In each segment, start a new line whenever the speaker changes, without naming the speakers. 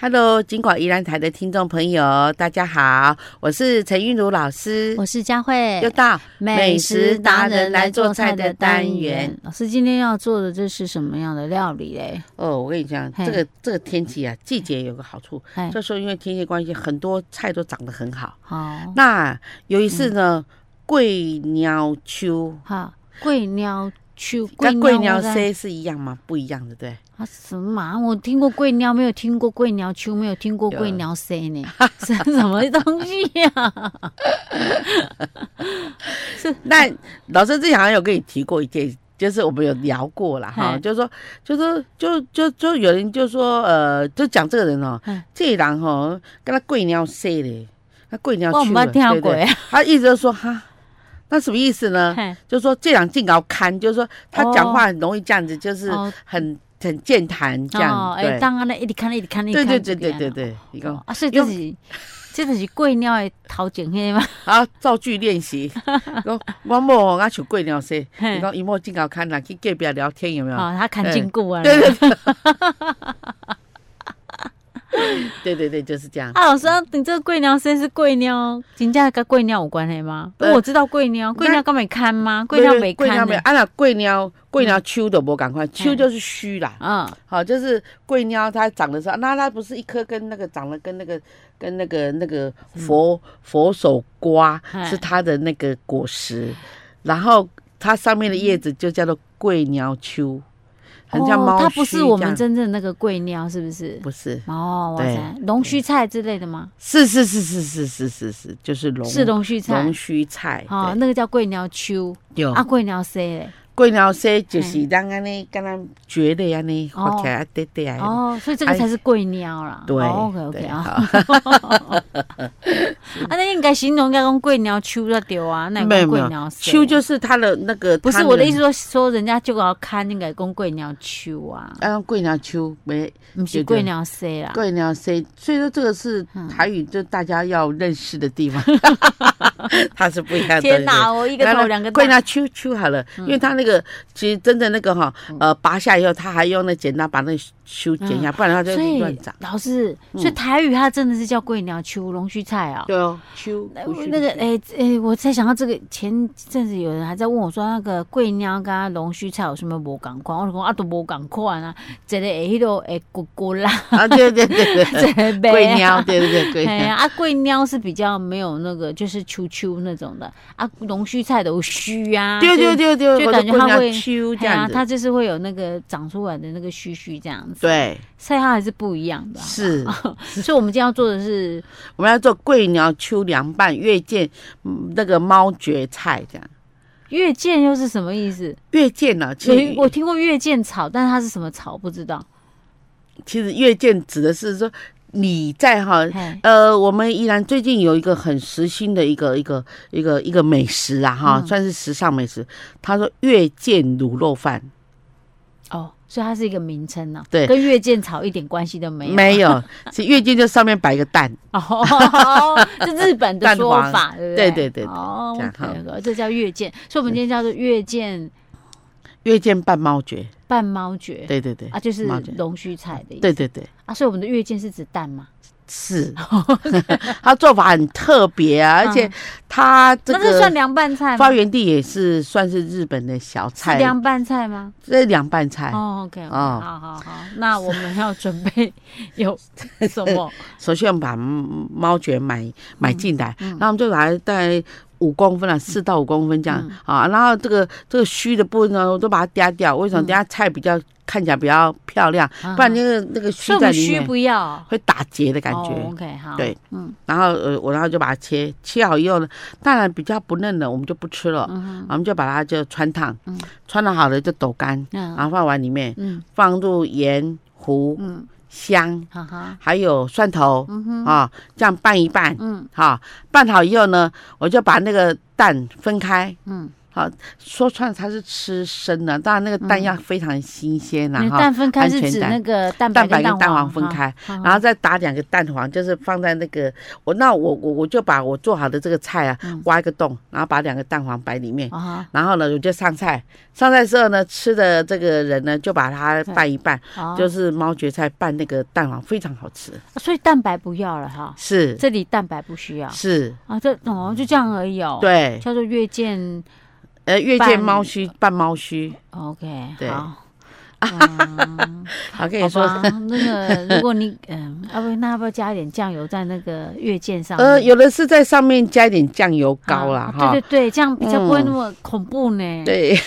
Hello，金广宜兰台的听众朋友，大家好，我是陈韵如老师，
我是佳慧
又，到
美
食达人来做菜的单元。
老师今天要做的这是什么样的料理嘞？
哦，我跟你讲，
嘿
这个这个天气啊，季节有个好处，
哎，
这时候因为天气关系，很多菜都长得很好。
好，
那有一次呢，桂鸟秋
好，桂鸟去
跟桂鸟
我
C 是一样吗？不一样的，对不
啊什么啊？我听过桂鸟，没有听过桂鸟秋，没有听过桂鸟 C 呢？是什么东西啊呀、
对。那老师之前好像有跟你提过一件。就是我们有聊过了哈，
嘿
就是说，就是说，就就就有人就说，呃，就讲这个人哦，
嗯
这人吼，跟他贵鸟说的，他贵鸟
我
去
没
了，
有听
对不
过
对
呀。
他一直就说哈，那什么意思呢？
嘿
就是说这人进高看，就是说他讲
哦
话很容易这样子，就是
哦
很很健谈这样，
哎，
对
当然了，一直看，一直看，一
对
直
对对对
看，
对对，你
这样
看
啊。哦啊，所以这是这就是桂鸟的头前 黑吗？
啊，造句练 习。我我某我阿像贵鸟说，
嘿
你讲一莫进高看啦，去隔壁聊天有没有？
哦，他看禁锢啊。
对对对。 对对对，就是这样。
啊，老师，啊你这个贵鸟生是贵鸟，真正跟贵鸟有关系吗？
呃
因为我知道贵鸟，贵鸟刚没看吗？贵鸟没
贵鸟
看
没
呢。
啊那贵鸟贵鸟秋的无赶快，秋就是虚啦。
嗯，
好，就是桂鸟它长的时候，那它不是一颗跟那个长得跟那个跟那个那个佛、佛手瓜
嗨
是它的那个果实，然后它上面的叶子就叫做桂鸟秋，很像
哦
猫、
它不是我们，真正那个贵鸟，是不是？
不是，
哦，哇
对
塞，龙须菜之类的吗？
是是是是是是是是，就是龙
是龙须菜
龙。须哦菜，
哦，那个叫贵鸟秋
对，有
啊，贵鸟 C 嘞。
桂鸟说就是让安尼，跟它蕨类安尼
哦
发起来对对啊，
哦，所以这个才是贵鸟啦。
对
，OK OK
对
啊。
好
啊，那应该形容应该用贵鸟秋才对啊，那
没有没
贵
有
鸟 C。
秋就是它的那个，
不是
它那个
我的意思说说人家就要看那个公贵鸟秋啊，
啊，桂鸟秋没
不
对
是
对
贵鸟 C 啦。
桂鸟 C，所以说这个是
嗯
台语，就大家要认识的 地方，它是不一样的东西。
天哪，我一个
那
头嗯
那
两个
桂
蛋。
鸟秋秋好了，因为它那个其实真的那个哈，
嗯
呃，拔下以后，它还用那剪刀把那秋剪下，不然它就
所以
乱长。嗯
老师，所以台语它真的是叫桂鸟秋龙须菜啊、
对哦，秋
那
不是
那个，哎哎、我才想到这个。前阵子有人还在问我说，那个桂鸟跟它龙须菜有什么无共款？我就讲啊，都无共款啊，一个会迄落会骨骨啦，
啊，对对对对
一
对，
个袂。
桂鸟，对对 对，桂
哎呀，
鸟。
啊，桂鸟是比较没有那个，就是秋秋那种的啊，龙须菜都须啊，
对
就是
对对对，
就
我的
感觉
桂
它
鸟
会
秋这
哎呀
样，子，
它就是会有那个长出来的那个须须这样子，，
对，
所以它还是不一样的。啊
是。
所以我们今天要做的是
我们要做桂鸟秋凉拌月见嗯那个猫蕨菜这样。
月见又是什么意思？
月见呢、其
有
实
一我听过月见草，但是它是什么草不知道。
其实月见指的是说你在哈。
嘿
呃，我们依然最近有一个很时兴的一个一个一个一个美食啊，哈，
嗯
算是时尚美食。他说月见卤肉饭
哦，所以它是一个名称呢、
对
跟月见草一点关系都没有。啊
没有，其实月见就上面摆一个蛋，
哦，是日本的说法，对不
对
对？
对对对
哦
这样哈
OK，OK，这叫月见，所以我们今天叫做月见
月见拌猫蕨，
半猫蕨，
对对对，
啊，就是
猫蕨
龙须菜的意思。
对对对，
啊，所以我们的月见是指蛋嘛？
是。 他做法很特别啊，而且他 这
嗯那这算
个
凉拌菜吗
发？源地也是算是日本的小
是
菜，
凉拌菜吗？
这凉拌菜。
哦，OK，
哦
好好好，那我们要准备 有什 么？
首先我们把嗯猫蕨买买进来，
嗯
然后我们就把它大概五公分啊，四到五公分这样、
嗯
啊。然后这个这个须的部分呢，我都把它嗲掉。为什么？
嗯
等下菜比较看起来比较漂亮，
啊
不然那个那个须
所以我
在
们
里
须
面
不要
会打结的感觉。
哦，OK，好，
对，
嗯，
然后呃，我然后就把它切切好以后呢，当然比较不嫩的我们就不吃了，我们就把它就穿烫，穿烫好了就抖干，
那
然后放碗里面，
嗯
放入盐、胡、
嗯，
香，
哈哈，
还有蒜头，啊，这样拌一拌，
嗯
哈、拌好以后呢，我就把那个蛋分开，
嗯，
好，说穿了它是吃生的，当然那个蛋要非常新鲜啦
你
哈。
蛋分开是指那个蛋白
蛋白跟
蛋
蛋黄分
哈，
开，
哈
然后再打两个蛋黄，就是放在那个我那我我我就把我做好的这个菜啊
嗯
挖一个洞，然后把两个蛋黄摆里面，
啊哈
然后呢我就上菜。上菜之后呢，吃的这个人呢就把它拌一拌，
哦
就是猫蕨菜拌那个蛋黄非常好吃，
所以蛋白不要了哈，
是
这里蛋白不需要
是，
啊，这哦就这样而已哦，，
对，
叫做月见
呃月
拌
见猫须拌猫须，
，OK，
对
好。嗯
好可以
好
说
吧，那个，如果你嗯，要不那要不要加一点酱油在那个月见上面？
呃有的是在上面加一点酱油膏啦
啊
哈，嗯
对对对，这样比较不会那么恐怖呢。
对，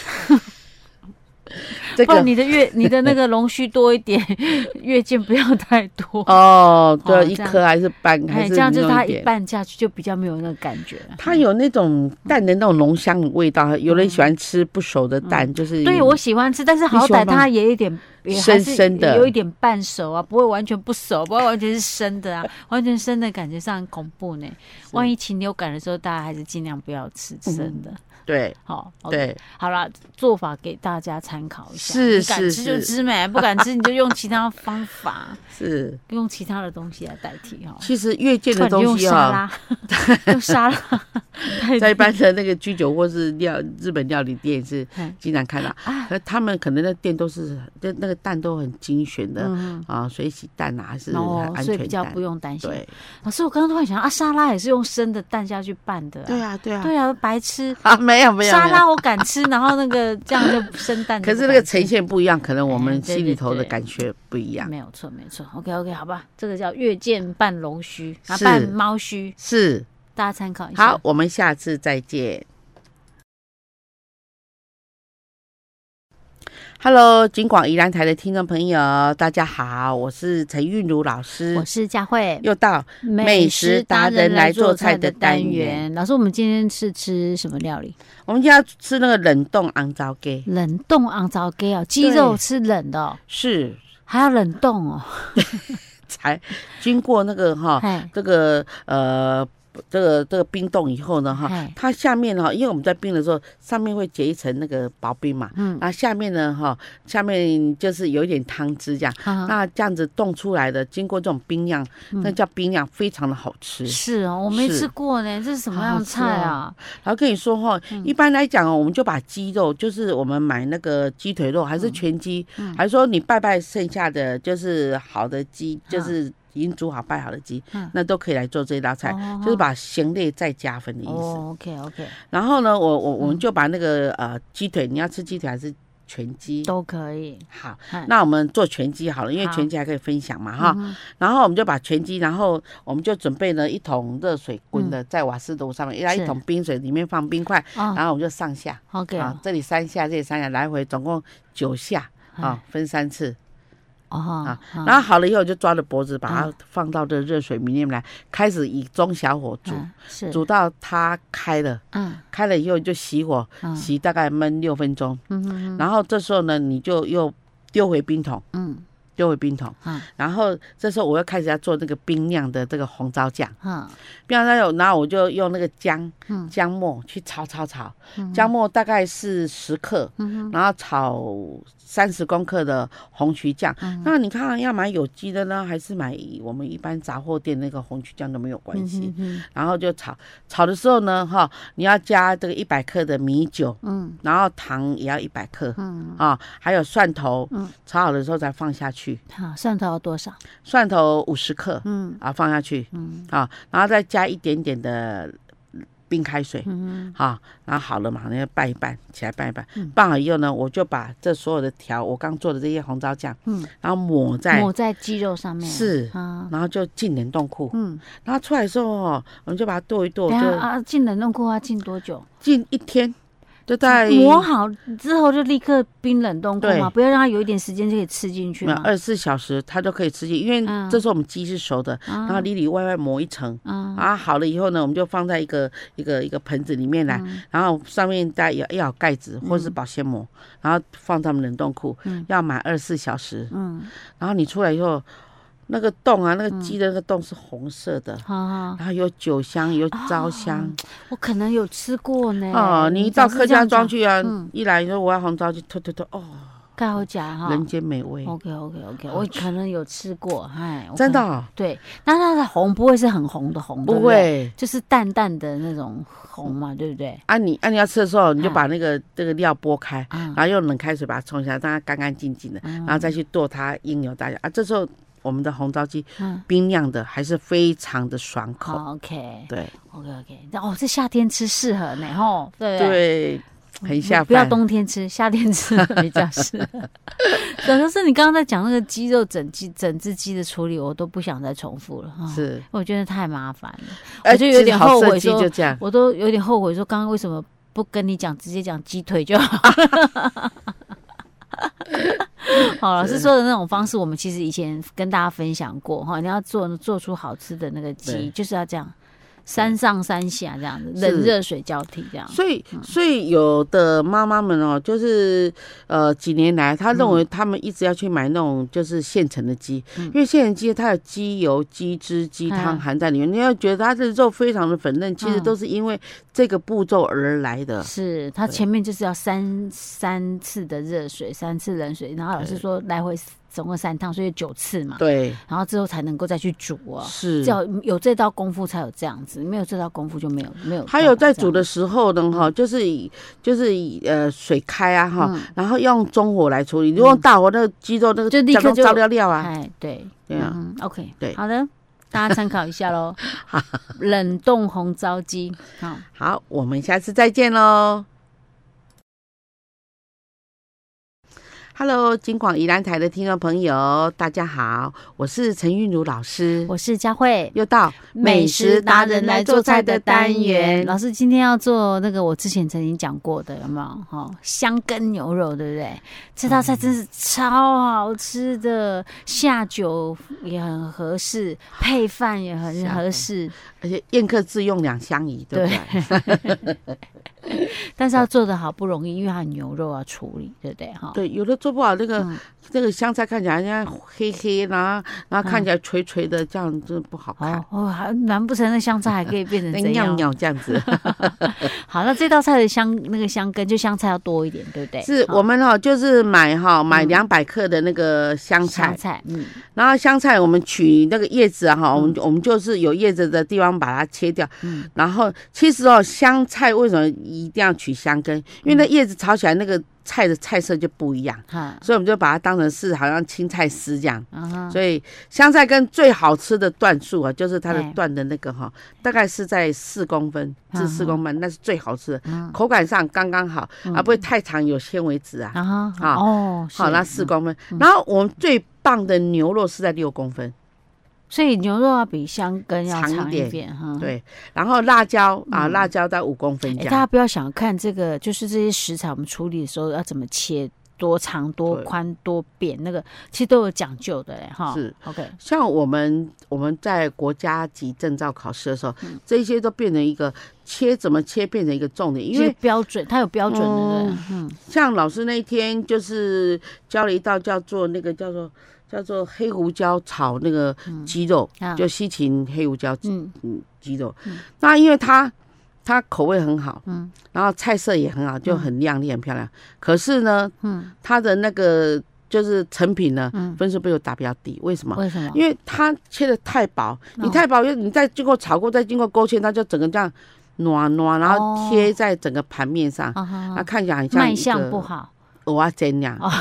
这
不
个
然你 的月你的那个龙须多一点， 月见不要太多。
哦，对，
哦
一
这样
颗还是半，还
哎，
是
这样就是
弄
它
一
一
点。
半下去就比较没有那个感觉了。
它有那种蛋的那种浓香的味道，有人喜欢吃不熟的蛋，就是
嗯对，我喜欢吃，但是好
喜欢
歹
吗
它也有一点也
生
还是
生的
有一点半熟啊，不会完全不熟，不会完全是生的啊，完全生的感觉上很恐怖呢。万一禽流感的时候，大家还是尽量不要吃生的。
对
好，
嗯对
好啦，做法给大家参考一下。
是
你敢
是
吃就是吃没，不敢吃你就用其他方法，
是。
用其他的东西来代替哈。
其实越界的
那你
东
用
西
沙
啊，
拉，用沙拉 代
在一
替。
般的那个居酒或是料日本料理店是
嗯
经常看到，
啊，
可他们可能那店都是那那个蛋都很精选的
嗯，
啊，水洗蛋啊还是
然后
很安
所以比
全
较
蛋
不。用担心。
对
老师，我刚刚突然想，啊，沙拉也是用生的蛋下去拌的、
对
啊，
啊对 啊
对啊，白痴。
啊，没有没有
沙
没有。
拉我敢吃，然后那个这样就生蛋
可
就不敢吃。
是那个呈现不一样，可能我
哎
们
对
心
对
里头的
对
感觉不一样。
没有错，没错。OK OK，好吧，这个叫月见拌龙须，啊，
是
拌猫须，
是，
大家参考一下。
好，，我们下次再见。Hello，金广宜兰台的听众朋友，大家好，我是陈韵如老师
我，是佳慧，
又到美食达人来做菜的单元。
老师，我们今天是吃什么料理？
我们今天要吃那个冷冻昂糟鸡，
冷冻昂糟鸡哦，鸡肉吃冷的哦，
是
还要冷冻哦。
才经过那个哈、
嗨，
这个呃这个这个冰冻以后呢哈，
嗨
它下面哈，因为我们在冰的时候，上面会结一层那个薄冰嘛，
嗯，
然后下面呢哈，下面就是有一点汤汁这样。
好
那这样子冻出来的，经过这种冰酿，
嗯
那叫冰酿，非常的好吃。
是哦，我没
是
吃过呢，这是什么样的菜啊？
然后跟你说哈，
嗯
一般来讲哦，我们就把鸡肉，就是我们买那个鸡腿肉，还是全鸡，
嗯
还是说你拜拜剩下的，就是好的鸡，
嗯
就是已经煮好拜好的鸡
嗯，
那都可以来做这道菜，
哦
就是把咸类再加分的意思。
哦，OK 嗯 OK，
然后呢，我我我们就把那个呃鸡腿，你要吃鸡腿还是全鸡？
都可以。
好
嗯，
那我们做全鸡好了，因为
好
全鸡还可以分享嘛哈。
嗯
然后我们就把全鸡，然后我们就准备了一桶热水滚的，在瓦斯炉上面，然后
嗯是
一桶冰水，里面放冰块，
哦
然后我们就上下
，OK
啊
哦，
这里三下，这里三下，来回总共九下
嗯
啊，分三次。
哦，
然后好了以后，就抓着脖子把它放到这热水里面来，开始以中小火煮，
嗯是
煮到它开了，
嗯
开了以后就熄火，
嗯
熄大概焖六分钟，
嗯嗯
然后这时候呢，你就又丢回冰桶，
嗯
丢回冰桶。
嗯
然后这时候我又开始要做那个冰酿的这个红糟酱，
嗯
冰酿有，然后我就用那个姜
嗯
姜末去炒炒炒，
嗯
姜末大概是十克，
嗯
然后炒三十公克的红曲酱。
嗯
那你看啊要买有机的呢，还是买我们一般杂货店那个红曲酱都没有关系。
嗯
然后就炒，炒的时候呢，哈，你要加这个一百克的米酒，
嗯
然后糖也要一百克，
嗯，
啊，还有蒜头，
嗯
炒好的时候再放下去，
好，蒜头要多少？
蒜头五十克，
嗯
啊，放下去，
嗯
啊，然后再加一点点的冰开水，
嗯
啊，然后好了嘛，那就拌一拌，起来拌一拌，拌好以后呢，我就把这所有的调，我刚做的这些红糟酱，
嗯，
然后抹在，
抹在鸡肉上面。
是
啊，
然后就进冷冻库，
嗯，
然后出来的时候哦，我们就把它剁一剁，
等一下
就
啊，进冷冻库要进多久？
进一天，就在
磨嗯好之后就立刻冰冷冻库嘛，
对
不要让它有一点时间就可以吃进去
没有
嘛。
二十四小时，它都可以吃进，因为
嗯
这时候我们鸡是熟的，然后里里外外抹一层。
啊，
啊，好了以后呢，我们就放在一个一个一个盆子里面来，
嗯
然后上面带要要有盖子或是保鲜膜，然后放他们冷冻库，
嗯
要满二十四小时。
嗯
然后你出来以后，那个洞啊，那个鸡的那个洞是红色的，
好好，
然后有酒香，有糟香。
我可能有吃过呢。
哦，你一到客家庄
去，
去啊
嗯，
一来你说我要红糟鸡，突突突，哦，
盖好哦假哈。
人间美味，
OK OK OK，
好
我
吃
可能有吃过，哎，我
哦真的
可能。
哦
对，那它的红不会是很红的红，对
不
对，
会。
就是淡淡的那种红嘛，对不对？
啊你，啊你要吃的时候，你就
嗯
把那个这个料剥开，
啊
然，后用冷开水把它冲一下，让它干干净净的，然后再去剁它应有大小啊。这时候我们的红糟鸡
嗯
冰酿的还是非常的爽口，
好 OK
对
OK OK，哦，这夏天吃适合呢，吼，对不对？
对，很下
嗯不要
饭。
冬天吃，夏 天吃比较适合。可是你刚刚在讲那个鸡肉整鸡整只鸡的处理，我都不想再重复了哈。
是，
我觉得太麻烦了，
哎
我就有
其
点
实好
后
设
悔
计
说
就这样。
我都有点后悔，说刚刚为什么不跟你讲，直接讲鸡腿就好。 好，老师说的那种方式，我们其实以前跟大家分享过哈。你要做做出好吃的那个鸡，
对
就是要这样，三上三下这样子，
是
冷热水交替这样。
所以，所以有的妈妈们哦，就是呃，几年来，她认
嗯
为他们一直要去买那种就是现成的鸡，因为现成鸡它有鸡油、鸡汁、鸡汤
嗯
含在里面，你要觉得它的肉非常的粉嫩，其实
嗯
都是因为这个步骤而来的。
是，它
对
前面就是要三三次的热水，三次冷水，然后老师说来回总共三趟，所以九次嘛，
对，
然后之后才能够再去煮哦。
是
只。要有这道功夫才有这样子，没有这道功夫就没有没有办法这样。
还有在煮的时候
嗯
呢，哈，就是以就是以呃水开啊哈，
嗯
然后用中火来处理，如果用大火，那个鸡肉那个
就立刻
酱都
就
照料料啊，
哎，对，
对啊
嗯哼，OK，
对
好的，大家参考一 下喽。冷冻红糟鸡，好。
好，我们下次再见喽。Hello，金广宜兰台的听众朋友，大家好，我是陈韵如老师，
我是佳慧。
又到
老师今天要做那个我之前曾经讲过的，有没有？哈、香根牛肉，对不对？这道菜真是超好吃的，下酒也很合适，配饭也很
下
合
酒
适，
而且宴客自用两相宜，对不对？
但是要做的好不容易，因为它牛肉要处理，对不对？哈、
对，有的做不好，那个、
嗯
那个香菜看起来人家黑黑，然后然后看起来垂垂的，这样真的不好看
哦，，哦，还难不成那香菜还可以变成
那
怎
尿
样？
尿这样子。
好，那这道菜的香那个香根就香菜要多一点，对 不对？哦
是
好
我们哈、就是买哈、买两百克的那个香菜
香，菜，嗯，
然后香菜我们取那个叶子啊哈、我们我们就是有叶子的地方把它切掉。
嗯
然后其实哦，香菜为什么一定要取香根？因为
嗯
那叶子炒起来那个菜的菜色就不一样，
哈，
所以我们就把它当成是好像青菜丝这样。
嗯哼。
所以香菜根最好吃的段数啊，就是它的
对
段的那个哈、大概是在四公分至四
嗯
公分，那是最好吃的，
嗯
口感上刚刚好，啊不会太长，有纤维质啊。
啊哈，
啊
哦，
好，
是
那四
嗯
公分。然后我们最棒的牛肉是在六公分，
所以牛肉要比香根要
长一
长一
点
点哈。
对，然后辣椒
嗯
啊，辣椒在五公分
诶，
这样。
大家不要想看这个，就是这些食材我们处理的时候要怎么切，多长、多
对
宽、多扁，那个其实都有讲究的嘞哈。
是
OK，
像我们我们在国家级证照考试的时候，
嗯
这些都变成一个切怎么切变成一个重点，因
因为
为
标准，它有标准的，对不对
嗯
嗯，
像老师那一天就是教了一道叫做那个叫做叫做黑胡椒炒那个鸡肉，
啊
就西芹黑胡椒
嗯
嗯鸡肉。那因为它它口味很好，
嗯
然后菜色也很好，就很亮丽、很漂亮。可是呢，
嗯，
它的那个就是成品呢，
嗯
分数被我打比较低，为什么？
为什么？哦
因为它切的太薄，你太薄，又你再经过炒过，再经过勾芡，它就整个这样暖暖，然
哦
后贴在整个盘面上，
啊哈
那
哈，
看起来很像
卖
一
相
个
不好。
蚵仔煎那样。
哦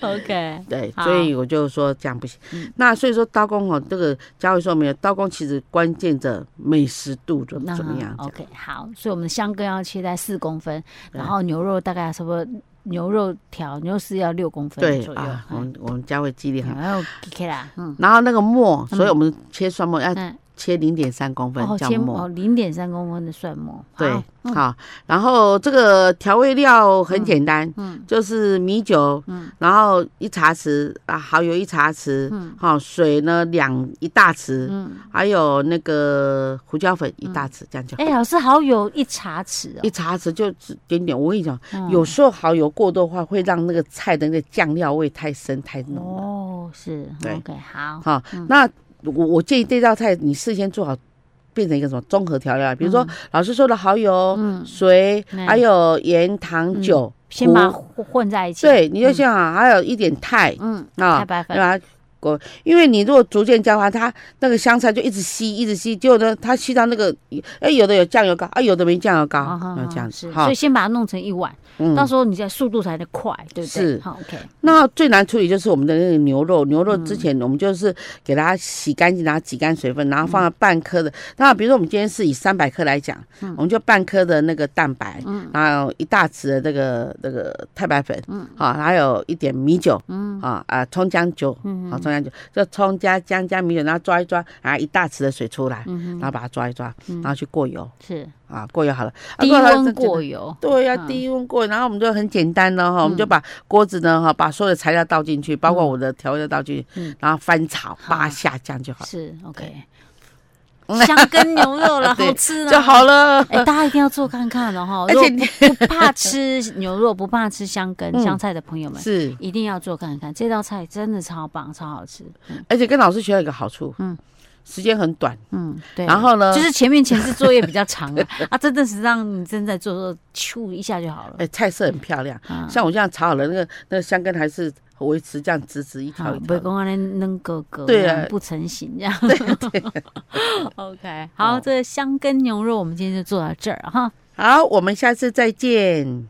OK，
对，
好嗯
所以我就说这样不行。那所以说刀工哦，这个嘉慧说没有，刀工其实关键的美食度怎
那
么怎么样？
啊？OK，好，所以我们的香根要切在四公分，
对
然后牛肉大概差不多牛肉条牛肉丝要六公分
对
左右。
啊，我
嗯啊
们我们嘉慧记忆力很好。
然后 K K 啦，嗯
然后那个末，
嗯
所以我们切蒜末要
嗯，
切零点三公分
哦，
叫
千
末
哦，，零点三公分的蒜末，
对
好，嗯
好。然后这个调味料很简单，
嗯
就是米酒，
嗯
然后一茶匙啊，蚝油一茶匙，
嗯
好，水呢两一大匙，
嗯，
还有那个胡椒粉一大匙，这样就好
哎，老师好有一茶匙
一茶匙就只点点。我跟你讲，
哦，
有时候蚝油过多的话，会让那个菜的那个酱料味太深太
嗯
浓了。
哦，嗯是
对
，OK，好，
好，那我我建议这道菜你事先做好，变成一个什么综合调料，比如说老师说的蚝油、
嗯，
水，
嗯
还有盐、糖、
嗯
酒，
先把它
胡
混混在一起，，
对，你就想啊，还有一点太
嗯，太
啊，
白粉，
把它裹，因为你如果逐渐焦化，它那个香菜就一直吸，一直吸，结果呢，它吸到那个，哎，有的有酱油膏，啊，有的没酱油膏，啊
哦
要这样
是
子，，
所以先把它弄成一碗，
嗯
到时候你再速度才能快，对不对？
是
好，OK，
那最难处理就是我们的那个牛肉，牛肉
嗯
之前我们就是给它洗干净，然后挤干水分，然后放了半颗的。那比如说我们今天是以三百克来讲，
嗯
我们就半颗的那个蛋白，然后一大匙的那个那个太白粉，
嗯
好，还有一点米酒，啊啊葱姜酒，
嗯
好葱姜酒，就葱加姜加米酒，然后抓一抓，啊一大匙的水出来，
嗯
然后把它抓一抓，然后去过油
是
啊，过油好了，啊
嗯低
过油好了
温
这
过油，
对呀、
嗯
低温过，然后我们就很简单了哈，我们就把锅子呢哈，把所有的材料倒进去，包括我的调味料倒进去，
嗯
然后翻炒
好
八下，这样就好，
是 OK，香 根牛肉了，
对
好吃
就
了。
好了。
哎、大家一定要做看看了哈！
呃而
如果
且你
不不怕吃 牛肉、不怕吃香根、
嗯
香菜的朋友们，
是，
一定要做看看。这道菜真的超棒，超好吃。
而且跟老师学有一个好处，嗯
哎嗯，
时间很短，
嗯，对。
然后呃呢，
就是前面前置作业比较 长啊，啊，真的是让你正在做做，咻一下就好了。
哎，菜色很漂亮，
啊
像我这样炒好了，那个那个香根还是维持这样直直一条
好
一，
不
条
会
的。
公安那扔哥哥，
对啊
这样不成形这样。对 OK，好，
哦
这香根牛肉我们今天就做到这儿哈。
好，我们下次再见。